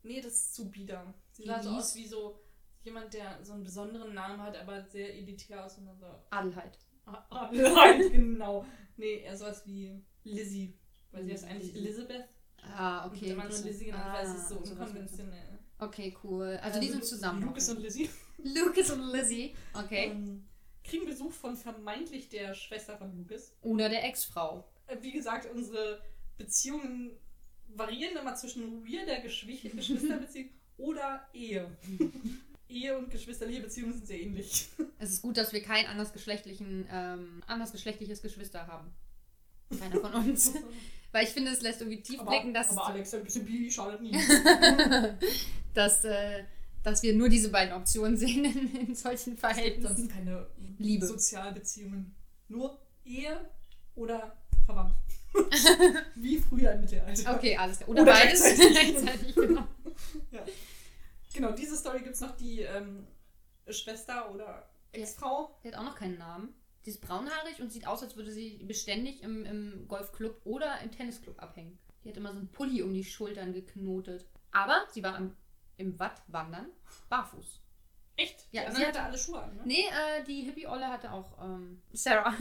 Speaker 2: Nee, das ist zu bieder. Sie
Speaker 1: Wie
Speaker 2: sah so
Speaker 1: hieß-
Speaker 2: aus wie so jemand, der so einen besonderen Namen hat, aber sehr elitär aus. Und dann so,
Speaker 1: Adelheid.
Speaker 2: ah, ah, nein, genau. Nee, eher sowas wie Lizzie. Weil sie heißt eigentlich
Speaker 1: Lizzie.
Speaker 2: Elizabeth.
Speaker 1: Ah,
Speaker 2: Und
Speaker 1: okay.
Speaker 2: Immer nur
Speaker 1: das-
Speaker 2: Lizzie genannt, weil es
Speaker 1: ah,
Speaker 2: ist so
Speaker 1: sowas
Speaker 2: unkonventionell.
Speaker 1: Okay, cool. Also, die sind
Speaker 2: Lu-
Speaker 1: zusammen.
Speaker 2: Lucas und Lizzie
Speaker 1: Lucas und Lizzie. Okay.
Speaker 2: ähm, kriegen Besuch von vermeintlich der Schwester von Lucas.
Speaker 1: Oder der Ex-Frau.
Speaker 2: Äh, Wie gesagt, unsere Beziehungen variieren immer zwischen weirder Geschwich Geschwisterbeziehung oder Ehe. Ehe und geschwisterliche Beziehungen sind sehr ähnlich.
Speaker 1: Es ist gut, dass wir kein andersgeschlechtlichen, ähm, andersgeschlechtliches Geschwister haben. Keiner von uns. Weil ich finde, es lässt irgendwie tief blicken, dass,
Speaker 2: aber Alex, ein bisschen Bi schadet nie.
Speaker 1: dass, äh, dass wir nur diese beiden Optionen sehen in, in solchen Verhältnissen.
Speaker 2: Sonst keine
Speaker 1: Liebe.
Speaker 2: Sozialbeziehungen. Nur Ehe oder verwandt. Wie früher im Mittelalter.
Speaker 1: Okay, alles klar. Oder,
Speaker 2: Oder
Speaker 1: beides.
Speaker 2: gleichzeitig.
Speaker 1: Gleichzeitig, genau.
Speaker 2: Genau, diese Story gibt es noch, die ähm, Schwester oder Ex-Frau.
Speaker 1: Die hat auch noch keinen Namen. Sie ist braunhaarig und sieht aus, als würde sie beständig im, im Golfclub oder im Tennisclub abhängen. Die hat immer so einen Pulli um die Schultern geknotet. Aber sie war im, im Watt wandern, barfuß.
Speaker 2: Echt?
Speaker 1: Ja,
Speaker 2: Ja,
Speaker 1: sie
Speaker 2: sie hatte alle Schuhe an. Ne?
Speaker 1: Nee, äh, die Hippie-Olle hatte auch, ähm, Sarah,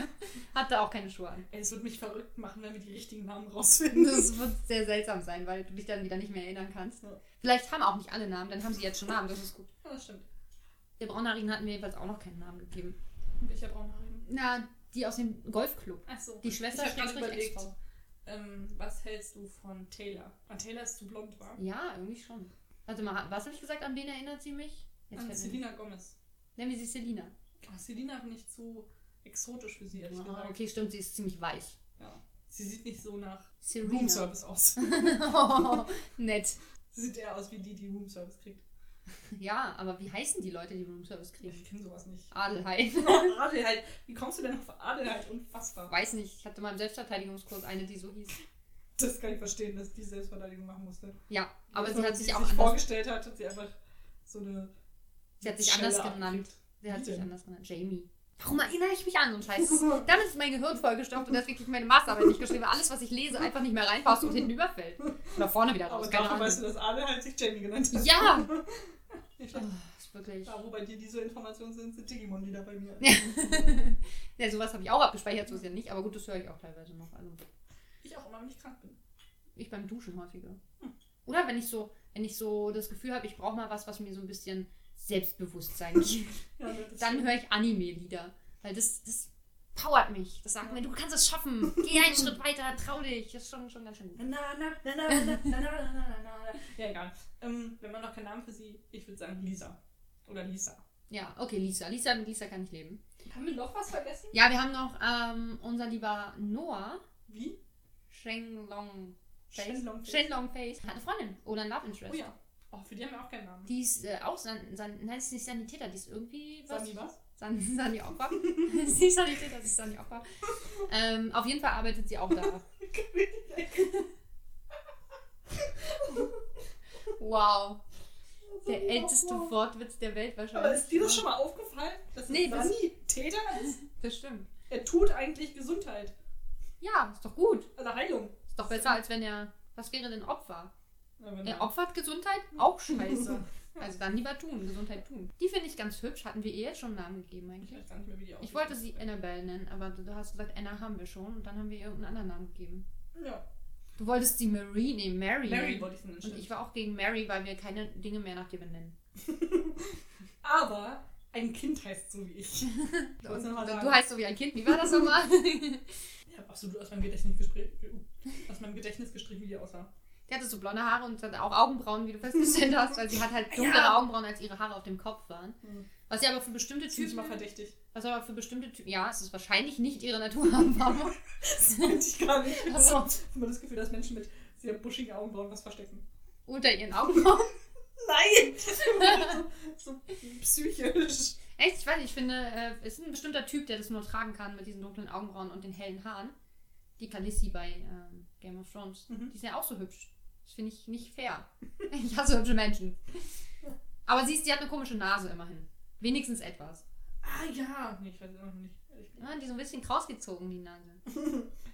Speaker 1: hatte auch keine Schuhe an.
Speaker 2: Ey, es wird mich verrückt machen, wenn wir die richtigen Namen rausfinden.
Speaker 1: Das wird sehr seltsam sein, weil du dich dann wieder nicht mehr erinnern kannst.
Speaker 2: Ja.
Speaker 1: Vielleicht haben auch nicht alle Namen, dann haben sie jetzt schon Namen, das ist gut.
Speaker 2: Ja, das stimmt.
Speaker 1: Der Braunhaarigen hatten wir jedenfalls auch noch keinen Namen gegeben.
Speaker 2: In welcher Braunhaarigen?
Speaker 1: Na, die aus dem Golfclub.
Speaker 2: Achso.
Speaker 1: Die Schwester
Speaker 2: ich hab gerade
Speaker 1: Schrägstrich
Speaker 2: überlegt,
Speaker 1: Ex-Frau.
Speaker 2: ähm, was hältst du von Taylor? Ah, Taylor ist zu blond, war.
Speaker 1: Ja, irgendwie schon. Warte mal, was habe ich gesagt? An wen erinnert sie mich? Jetzt
Speaker 2: An
Speaker 1: fällt mir-
Speaker 2: Selena Gomez.
Speaker 1: Nennen wir sie Selina.
Speaker 2: Ah, Selena finde ich zu exotisch für sie, ehrlich
Speaker 1: Ah,
Speaker 2: gesagt.
Speaker 1: okay, stimmt, sie ist ziemlich weich.
Speaker 2: Ja. Sie sieht nicht so nach Room
Speaker 1: Serena.
Speaker 2: Service aus.
Speaker 1: oh, nett.
Speaker 2: Sie sieht eher aus wie die, die Room Service kriegt.
Speaker 1: Ja, aber wie heißen die Leute, die Room Service kriegen?
Speaker 2: Ich kenne sowas nicht.
Speaker 1: Adelheid. halt,
Speaker 2: Adelheid. Wie kommst du denn auf Adelheid? Unfassbar.
Speaker 1: Weiß nicht, ich hatte mal im Selbstverteidigungskurs eine, die so hieß.
Speaker 2: Das kann ich verstehen, dass die Selbstverteidigung machen musste.
Speaker 1: Ja, aber
Speaker 2: Dass
Speaker 1: sie
Speaker 2: man
Speaker 1: hat sich auch anders,
Speaker 2: vorgestellt hat, hat sie einfach so eine.
Speaker 1: sie hat sich anders
Speaker 2: Schelle
Speaker 1: genannt.
Speaker 2: abgekriegt.
Speaker 1: Sie hat
Speaker 2: Wie
Speaker 1: sich
Speaker 2: denn?
Speaker 1: anders genannt. Jamie. Warum erinnere ich mich an so einen Scheiß? Damit ist mein Gehirn vollgestopft und deswegen kriege ich meine Masterarbeit nicht geschrieben, weil alles, was ich lese, einfach nicht mehr reinpasst und hinten überfällt. Oder vorne wieder raus.
Speaker 2: Aber
Speaker 1: Keine
Speaker 2: dafür
Speaker 1: Ahnung.
Speaker 2: weißt du, dass Adelheid sich Jamie genannt hat.
Speaker 1: Ja!
Speaker 2: Nicht
Speaker 1: Oh,
Speaker 2: schlecht.
Speaker 1: ist wirklich.
Speaker 2: Da, wo bei dir diese Informationen sind, sind Digimon-Lieder bei mir.
Speaker 1: Ja, sowas habe ich auch abgespeichert, so ist ja nicht, aber gut, das höre ich auch teilweise noch. Also
Speaker 2: Ich auch immer, wenn ich krank bin.
Speaker 1: ich beim Duschen häufiger.
Speaker 2: Hm.
Speaker 1: Oder wenn ich so, wenn ich so das Gefühl habe, ich brauche mal was, was mir so ein bisschen Selbstbewusstsein gibt,
Speaker 2: Ja, das
Speaker 1: dann höre ich Anime-Lieder. Weil das, das powert mich. Das sagt mir, du kannst es schaffen. Geh einen Schritt weiter, trau dich. Das ist schon, schon ganz schön gut.
Speaker 2: Na, na, na, na, na, na, na, na, na, na, na. Ja, egal. Ähm, wenn man noch keinen Namen für sie, ich würde sagen Lisa. Oder Lisa.
Speaker 1: Ja, okay, Lisa. Lisa, mit Lisa kann ich leben.
Speaker 2: Haben wir noch was vergessen?
Speaker 1: Ja, wir haben noch ähm, unser lieber Noah
Speaker 2: Wie?
Speaker 1: Shenlong
Speaker 2: Shenlong Face.
Speaker 1: Shenlong Face. Hat eine Freundin oder ein Love Interest.
Speaker 2: Oh ja. Oh, für die haben wir auch keinen Namen.
Speaker 1: Die ist äh, auch San, San, nein, ist nicht Sanitäter, die ist irgendwie was.
Speaker 2: Sani was?
Speaker 1: San, Sani Opfer. sie ist nicht Sanitäter, sie ist Sani Opfer. Ähm, auf jeden Fall arbeitet sie auch da. Wow. Der älteste Wortwitz der Welt wahrscheinlich.
Speaker 2: Aber ist dir das schon mal aufgefallen, dass
Speaker 1: Nee,
Speaker 2: nee,
Speaker 1: das-
Speaker 2: Sani Täter ist?
Speaker 1: Das stimmt.
Speaker 2: Er tut eigentlich Gesundheit.
Speaker 1: Ja, ist doch gut.
Speaker 2: Also Heilung.
Speaker 1: Ist doch besser, als wenn er. Was wäre denn Opfer?
Speaker 2: Ja, wenn
Speaker 1: Er
Speaker 2: er-
Speaker 1: opfert Gesundheit? Auch scheiße. Also dann lieber tun, Gesundheit tun. Die finde ich ganz hübsch. Hatten wir ihr jetzt schon einen Namen gegeben
Speaker 2: Ich
Speaker 1: eigentlich?
Speaker 2: weiß gar nicht mehr, wie die aussieht.
Speaker 1: Ich wollte sie Annabelle nennen, aber du du hast gesagt, Anna haben wir schon und dann haben wir ihr irgendeinen anderen Namen gegeben.
Speaker 2: Ja.
Speaker 1: Du wolltest die Marie, nee,
Speaker 2: Mary
Speaker 1: Mary. nennen.
Speaker 2: wollte ich sie nennen.
Speaker 1: Und ich
Speaker 2: stimmt.
Speaker 1: war auch gegen Mary, weil wir keine Dinge mehr nach dir benennen.
Speaker 2: Aber ein Kind heißt so wie ich. Ich
Speaker 1: Und
Speaker 2: wollt's noch mal
Speaker 1: du
Speaker 2: sagen.
Speaker 1: heißt so wie ein Kind, wie war das nochmal? Die
Speaker 2: Ich habe absolut aus meinem Gedächtnis, gespr- aus meinem Gedächtnis gestrichen, wie die aussah.
Speaker 1: hatte so blonde Haare und hatte auch Augenbrauen, wie du festgestellt hast, weil sie hat halt dunklere
Speaker 2: Ja.
Speaker 1: Augenbrauen, als ihre Haare auf dem Kopf waren.
Speaker 2: Mhm.
Speaker 1: Was ja aber für bestimmte
Speaker 2: Ziemlich
Speaker 1: Typen,
Speaker 2: mal verdächtig.
Speaker 1: was aber für bestimmte Typen, ja, es ist wahrscheinlich nicht ihre Naturhaarfarbe.
Speaker 2: Das meinte ich gar nicht. Ich
Speaker 1: Ach so.
Speaker 2: habe immer das Gefühl, dass Menschen mit sehr buschigen Augenbrauen was verstecken.
Speaker 1: Unter ihren Augenbrauen.
Speaker 2: Nein! so, so psychisch.
Speaker 1: Echt, ich weiß nicht, ich finde, äh, es ist ein bestimmter Typ, der das nur tragen kann mit diesen dunklen Augenbrauen und den hellen Haaren. Die Khaleesi bei ähm, Game of Thrones.
Speaker 2: Mhm.
Speaker 1: Die ist ja auch so hübsch. Das finde ich nicht fair. ich hasse hübsche Menschen. Aber sie, ist, sie hat eine komische Nase immerhin. Wenigstens etwas.
Speaker 2: Ah ja. Nee, ich weiß es noch nicht. ehrlich gesagt.
Speaker 1: Ja, die ist so ein bisschen krausgezogen, die Nase.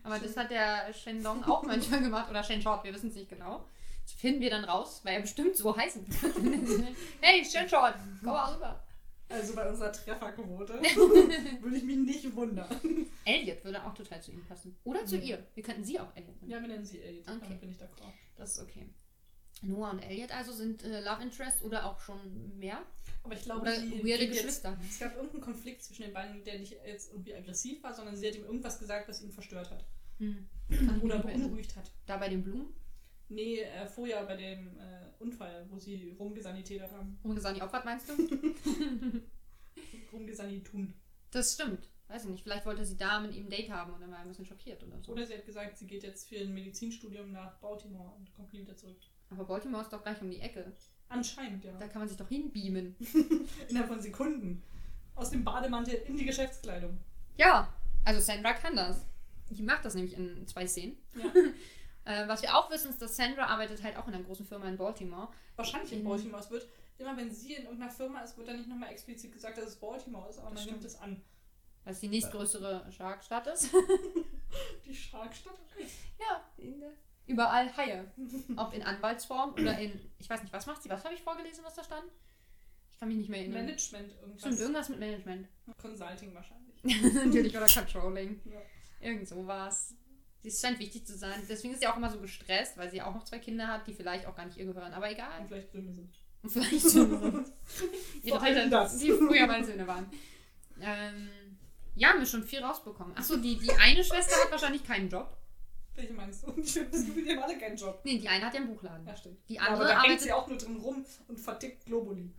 Speaker 1: Aber das hat der Shenlong auch manchmal gemacht. Oder Shenshort, wir wissen es nicht genau. finden wir dann raus, weil er bestimmt so heißen wird. hey, schön schon, komm mal rüber.
Speaker 2: Also bei unserer Trefferquote würde ich mich nicht wundern.
Speaker 1: Elliot würde auch total zu ihm passen. Oder zu
Speaker 2: Mhm.
Speaker 1: ihr. Wir könnten sie auch Elliot nennen.
Speaker 2: Ja, wir nennen sie Elliot.
Speaker 1: Okay.
Speaker 2: Damit bin ich d'accord.
Speaker 1: Das ist okay. Noah und Elliot also sind äh, Love Interests oder auch schon mehr.
Speaker 2: Aber ich glaube,
Speaker 1: Oder
Speaker 2: sie
Speaker 1: weirde
Speaker 2: geht jetzt,
Speaker 1: Geschwister.
Speaker 2: es gab irgendeinen Konflikt zwischen den beiden, der nicht jetzt irgendwie aggressiv war, sondern sie hat ihm irgendwas gesagt, was ihn verstört hat.
Speaker 1: Hm. Kann ich
Speaker 2: Oder
Speaker 1: mich nicht erinnern.
Speaker 2: beunruhigt hat.
Speaker 1: Da bei den Blumen.
Speaker 2: Nee, äh, vorher bei dem äh, Unfall, wo sie rumgesanitätert haben.
Speaker 1: Rumgesagt, die Opfer meinst du?
Speaker 2: Rumgesanitun.
Speaker 1: Das stimmt. Weiß ich nicht. Vielleicht wollte sie da mit ihm ein Date haben und dann war er ein bisschen schockiert oder so.
Speaker 2: Oder sie hat gesagt, sie geht jetzt für ein Medizinstudium nach Baltimore und kommt nie wieder zurück.
Speaker 1: Aber Baltimore ist doch gleich um die Ecke.
Speaker 2: Anscheinend, ja.
Speaker 1: Da kann man sich doch hinbeamen.
Speaker 2: Innerhalb von Sekunden. Aus dem Bademantel in die Geschäftskleidung.
Speaker 1: Ja, also Sandra kann das. Die macht das nämlich in zwei Szenen.
Speaker 2: Ja.
Speaker 1: Äh, was wir auch wissen, ist, dass Sandra arbeitet halt auch in einer großen Firma in Baltimore.
Speaker 2: Wahrscheinlich in
Speaker 1: Mhm.
Speaker 2: Baltimore. Es wird immer, wenn sie in irgendeiner Firma ist, wird dann nicht nochmal explizit gesagt, dass es Baltimore ist, aber
Speaker 1: Das
Speaker 2: man nimmt
Speaker 1: stimmt.
Speaker 2: es an.
Speaker 1: Was die nächstgrößere Shark-Stadt ist.
Speaker 2: Die Sharkstadt?
Speaker 1: Ja, in der überall Haie. Ob in Anwaltsform oder in, ich weiß nicht, was macht sie? Was habe ich vorgelesen, was da stand? Ich kann mich nicht mehr erinnern.
Speaker 2: Management
Speaker 1: Stimmt,
Speaker 2: irgendwas.
Speaker 1: irgendwas mit Management.
Speaker 2: Consulting wahrscheinlich.
Speaker 1: Natürlich, oder Controlling.
Speaker 2: Ja.
Speaker 1: Irgend sowas. Sie scheint wichtig zu sein. Deswegen ist sie auch immer so gestresst, weil sie auch noch zwei Kinder hat, die vielleicht auch gar nicht ihr gehören. Aber egal.
Speaker 2: Und vielleicht Söhne sind.
Speaker 1: Und vielleicht sind ihre
Speaker 2: Vor allem
Speaker 1: Eltern,
Speaker 2: das.
Speaker 1: die früher meine Söhne waren. Ähm, ja, haben wir schon viel rausbekommen. Achso, die, die eine Schwester hat wahrscheinlich keinen Job.
Speaker 2: Welche meinst du? Ich habe das Gefühl, die haben alle keinen Job.
Speaker 1: Nee, die eine hat ja einen Buchladen.
Speaker 2: Ja, stimmt.
Speaker 1: Die
Speaker 2: Ja, aber
Speaker 1: andere
Speaker 2: da hängt
Speaker 1: Also arbeitet
Speaker 2: sie auch nur drin rum und vertickt Globuli.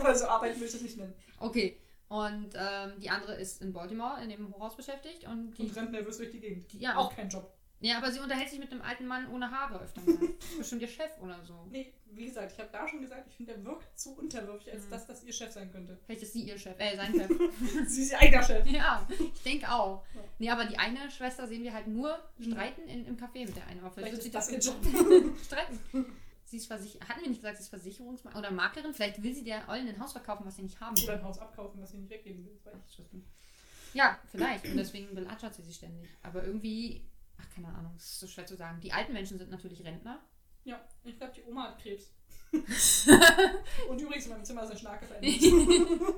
Speaker 2: Oder so arbeiten will ich das nicht nennen.
Speaker 1: Okay. Und ähm, die andere ist in Baltimore in dem Hochhaus beschäftigt und die.
Speaker 2: Und rennt nervös durch die Gegend.
Speaker 1: die ja,
Speaker 2: Auch kein Job.
Speaker 1: ja, aber sie unterhält sich mit einem alten Mann ohne Haare öfter mal. Bestimmt ihr Chef oder so.
Speaker 2: Nee, wie gesagt, ich habe da schon gesagt, ich finde, der wirkt zu unterwürfig, als
Speaker 1: Mhm.
Speaker 2: dass das ihr Chef sein könnte.
Speaker 1: Vielleicht ist sie ihr Chef, äh, sein Chef.
Speaker 2: Sie ist ihr eigener Chef.
Speaker 1: ja, ich denke auch.
Speaker 2: Ja.
Speaker 1: Nee, aber die eine Schwester sehen wir halt nur
Speaker 2: Mhm.
Speaker 1: streiten in, im Café mit der einen. Aber
Speaker 2: Vielleicht
Speaker 1: wird sie
Speaker 2: ist das ihr Job.
Speaker 1: streiten. Sie ist Versicher hatten wir nicht gesagt, sie ist Versicherungsmaklerin oder Maklerin? Vielleicht will sie der Ollen ein Haus verkaufen, was sie nicht haben
Speaker 2: Oder
Speaker 1: will.
Speaker 2: ein Haus abkaufen, was sie nicht weggeben will. Weil ich
Speaker 1: Ja, vielleicht. Und deswegen belatschert sie sie ständig. Aber irgendwie, ach, keine Ahnung, es ist so schwer zu sagen. Die alten Menschen sind natürlich Rentner.
Speaker 2: ja, ich glaube, die Oma hat Krebs. und übrigens, in meinem Zimmer ist ein Schnake verändert.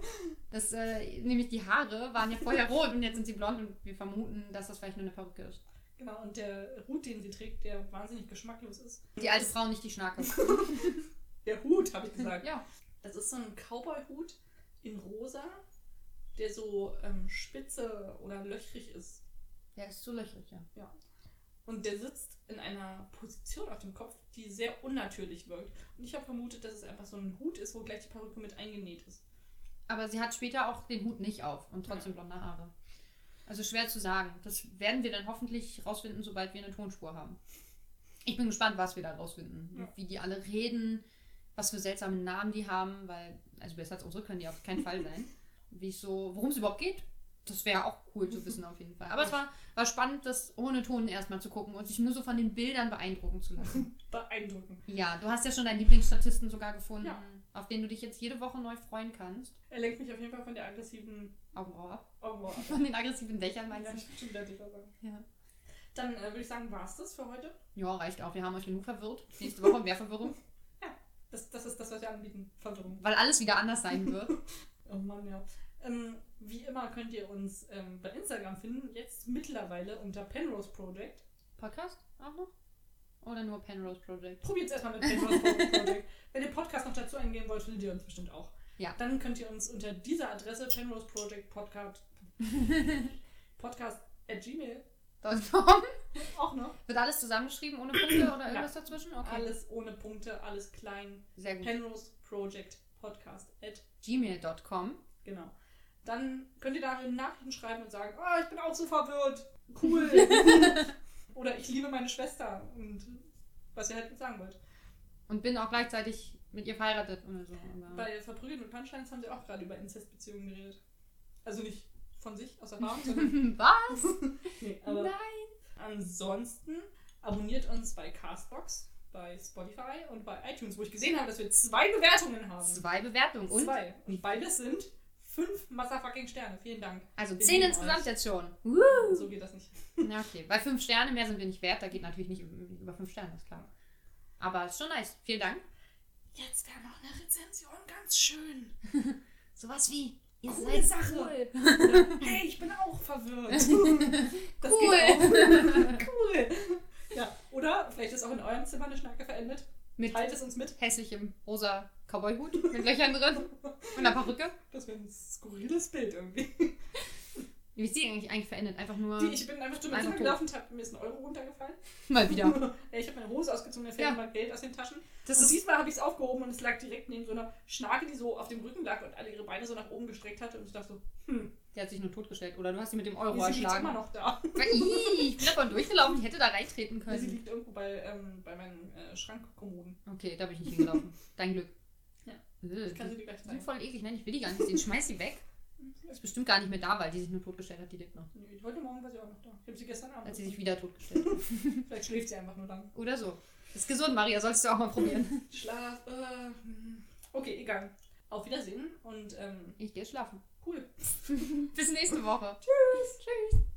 Speaker 1: Das, äh, nämlich die Haare waren ja vorher rot und jetzt sind sie blond und wir vermuten, dass das vielleicht nur eine Perücke ist.
Speaker 2: Genau, und der Hut, den sie trägt, der wahnsinnig geschmacklos ist.
Speaker 1: Die alte Frau, nicht die Schnarke.
Speaker 2: Der Hut, habe ich gesagt.
Speaker 1: ja.
Speaker 2: Das ist so ein Cowboy-Hut in rosa, der so ähm, spitze oder löchrig ist.
Speaker 1: Der ist zu löchrig, ja.
Speaker 2: Und der sitzt in einer Position auf dem Kopf, die sehr unnatürlich wirkt. Und ich habe vermutet, dass es einfach so ein Hut ist, wo gleich die Perücke mit eingenäht ist.
Speaker 1: Aber sie hat später auch den Hut nicht auf und trotzdem blonde Haare. Also schwer zu sagen. Das werden wir dann hoffentlich rausfinden, sobald wir eine Tonspur haben. Ich bin gespannt, was wir da rausfinden.
Speaker 2: Ja.
Speaker 1: Wie die alle reden, was für seltsame Namen die haben, weil, also besser als unsere können die auf keinen Fall sein. Wie es so, worum es überhaupt geht, das wäre auch cool zu wissen auf jeden Fall. Aber es war, war spannend, das ohne Ton erstmal zu gucken und sich nur so von den Bildern beeindrucken zu lassen.
Speaker 2: Beeindruckend.
Speaker 1: Ja, du hast ja schon deinen Lieblingsstatisten sogar gefunden,
Speaker 2: Ja.
Speaker 1: auf den du dich jetzt jede Woche neu freuen kannst.
Speaker 2: Er lenkt mich auf jeden Fall von der aggressiven
Speaker 1: Augenbraue ab.
Speaker 2: Aurora ab.
Speaker 1: Von den aggressiven Dächern meinst
Speaker 2: Ja,
Speaker 1: du?
Speaker 2: ich bin schon wieder dicker sagen.
Speaker 1: Ja.
Speaker 2: Dann äh, würde ich sagen, war es das für heute.
Speaker 1: Ja, reicht auch. Wir haben euch genug verwirrt. Nächste Woche mehr Verwirrung,
Speaker 2: Das, das ist das, was wir anbieten. Verwirrung.
Speaker 1: weil alles wieder anders sein wird.
Speaker 2: Oh Mann, ja. Ähm, wie immer könnt ihr uns ähm, bei Instagram finden, jetzt mittlerweile unter Penrose Project.
Speaker 1: Podcast auch noch? Oder nur Penrose Project?
Speaker 2: Probiert es erstmal mit Penrose Project. Wenn ihr Podcast noch dazu eingehen wollt, findet ihr uns bestimmt auch.
Speaker 1: Ja.
Speaker 2: Dann könnt ihr uns unter dieser Adresse Penrose Project Podcast Podcast at Gmail
Speaker 1: .com.
Speaker 2: auch noch.
Speaker 1: Wird alles zusammengeschrieben ohne Punkte oder irgendwas dazwischen? Okay.
Speaker 2: Alles ohne Punkte, alles klein.
Speaker 1: Sehr gut.
Speaker 2: Penrose Project Podcast at
Speaker 1: Gmail.com.
Speaker 2: genau. Dann könnt ihr darin Nachrichten schreiben und sagen, oh, ich bin auch so verwirrt. Cool. Oder ich liebe meine Schwester und was ihr halt sagen wollt.
Speaker 1: Und bin auch gleichzeitig mit ihr verheiratet oder so. Aber
Speaker 2: Bei Verprügeln und Punchlines haben sie auch gerade über Inzestbeziehungen geredet. Also nicht von sich aus Erfahrung, sondern.
Speaker 1: Was?
Speaker 2: nee, aber
Speaker 1: Nein.
Speaker 2: ansonsten abonniert uns bei Castbox, bei Spotify und bei iTunes, wo ich gesehen habe, dass wir zwei Bewertungen haben.
Speaker 1: Zwei Bewertungen. Und?
Speaker 2: Zwei. Und beides sind fünf Motherfucking Sterne. Vielen Dank.
Speaker 1: Also
Speaker 2: Wir
Speaker 1: zehn
Speaker 2: lieben
Speaker 1: insgesamt
Speaker 2: euch.
Speaker 1: jetzt schon. Woo!
Speaker 2: So geht das nicht.
Speaker 1: Na okay. Bei fünf Sterne mehr sind wir nicht wert. Da geht natürlich nicht über fünf Sterne, ist klar. Aber ist schon nice. Vielen Dank.
Speaker 2: Jetzt wäre noch eine Rezension ganz schön.
Speaker 1: Sowas wie. Ihr
Speaker 2: Coole
Speaker 1: seid
Speaker 2: Sache.
Speaker 1: cool.
Speaker 2: hey, ich bin auch verwirrt. Das geht auch. cool. Ja, oder vielleicht ist auch in eurem Zimmer eine Schnacke verendet.
Speaker 1: Mit
Speaker 2: Teilt es uns mit.
Speaker 1: hässlichem rosa Cowboyhut mit Löchern drin und einer Perücke.
Speaker 2: Das wäre ein skurriles Bild irgendwie.
Speaker 1: Wie ist die eigentlich, eigentlich verendet? Einfach nur
Speaker 2: Die, ich bin einfach durch mein
Speaker 1: Ähm, Einfach
Speaker 2: Zimmer gelaufen und hab- mir ist ein Euro runtergefallen.
Speaker 1: mal wieder.
Speaker 2: Ja, ich habe meine Hose ausgezogen, da fällt
Speaker 1: Ja.
Speaker 2: mir mal Geld aus den Taschen.
Speaker 1: Das
Speaker 2: und
Speaker 1: ist
Speaker 2: diesmal habe ich es aufgehoben und es lag direkt neben so einer Schnake, die so auf dem Rücken lag und alle ihre Beine so nach oben gestreckt hatte. Und ich dachte so, hm,
Speaker 1: Der hat sich nur totgestellt. Oder du hast ihn mit dem
Speaker 2: oh,
Speaker 1: Euro
Speaker 2: sie liegt immer
Speaker 1: erschlagen.
Speaker 2: noch da.
Speaker 1: Ih, Ich bin davon durchgelaufen, ich hätte da reintreten
Speaker 2: Sie
Speaker 1: können.
Speaker 2: liegt irgendwo bei, ähm, bei meinen äh, Schrankkommoden.
Speaker 1: Okay, da bin ich nicht hingelaufen. Dein Glück.
Speaker 2: Ja.
Speaker 1: Äh,
Speaker 2: Ich kann sie Mhm.
Speaker 1: Die
Speaker 2: dir gleich
Speaker 1: sind
Speaker 2: zeigen.
Speaker 1: voll eklig. Nein, ich will die gar nicht sehen. Schmeiß sie weg. Ist bestimmt gar nicht mehr da, weil die sich nur totgestellt hat, die lebt noch.
Speaker 2: Nee, heute Morgen war sie auch noch da. Ich habe sie gestern Abend.
Speaker 1: Als sie sich wieder totgestellt hat.
Speaker 2: Vielleicht schläft sie einfach nur lang.
Speaker 1: Oder so. Ist gesund, Maria, solltest du auch mal probieren.
Speaker 2: Schlaf. Äh, hm. okay, egal. Auf Wiedersehen und ähm,
Speaker 1: Ich gehe schlafen.
Speaker 2: cool.
Speaker 1: Bis nächste Woche. Tschüss. Tschüss.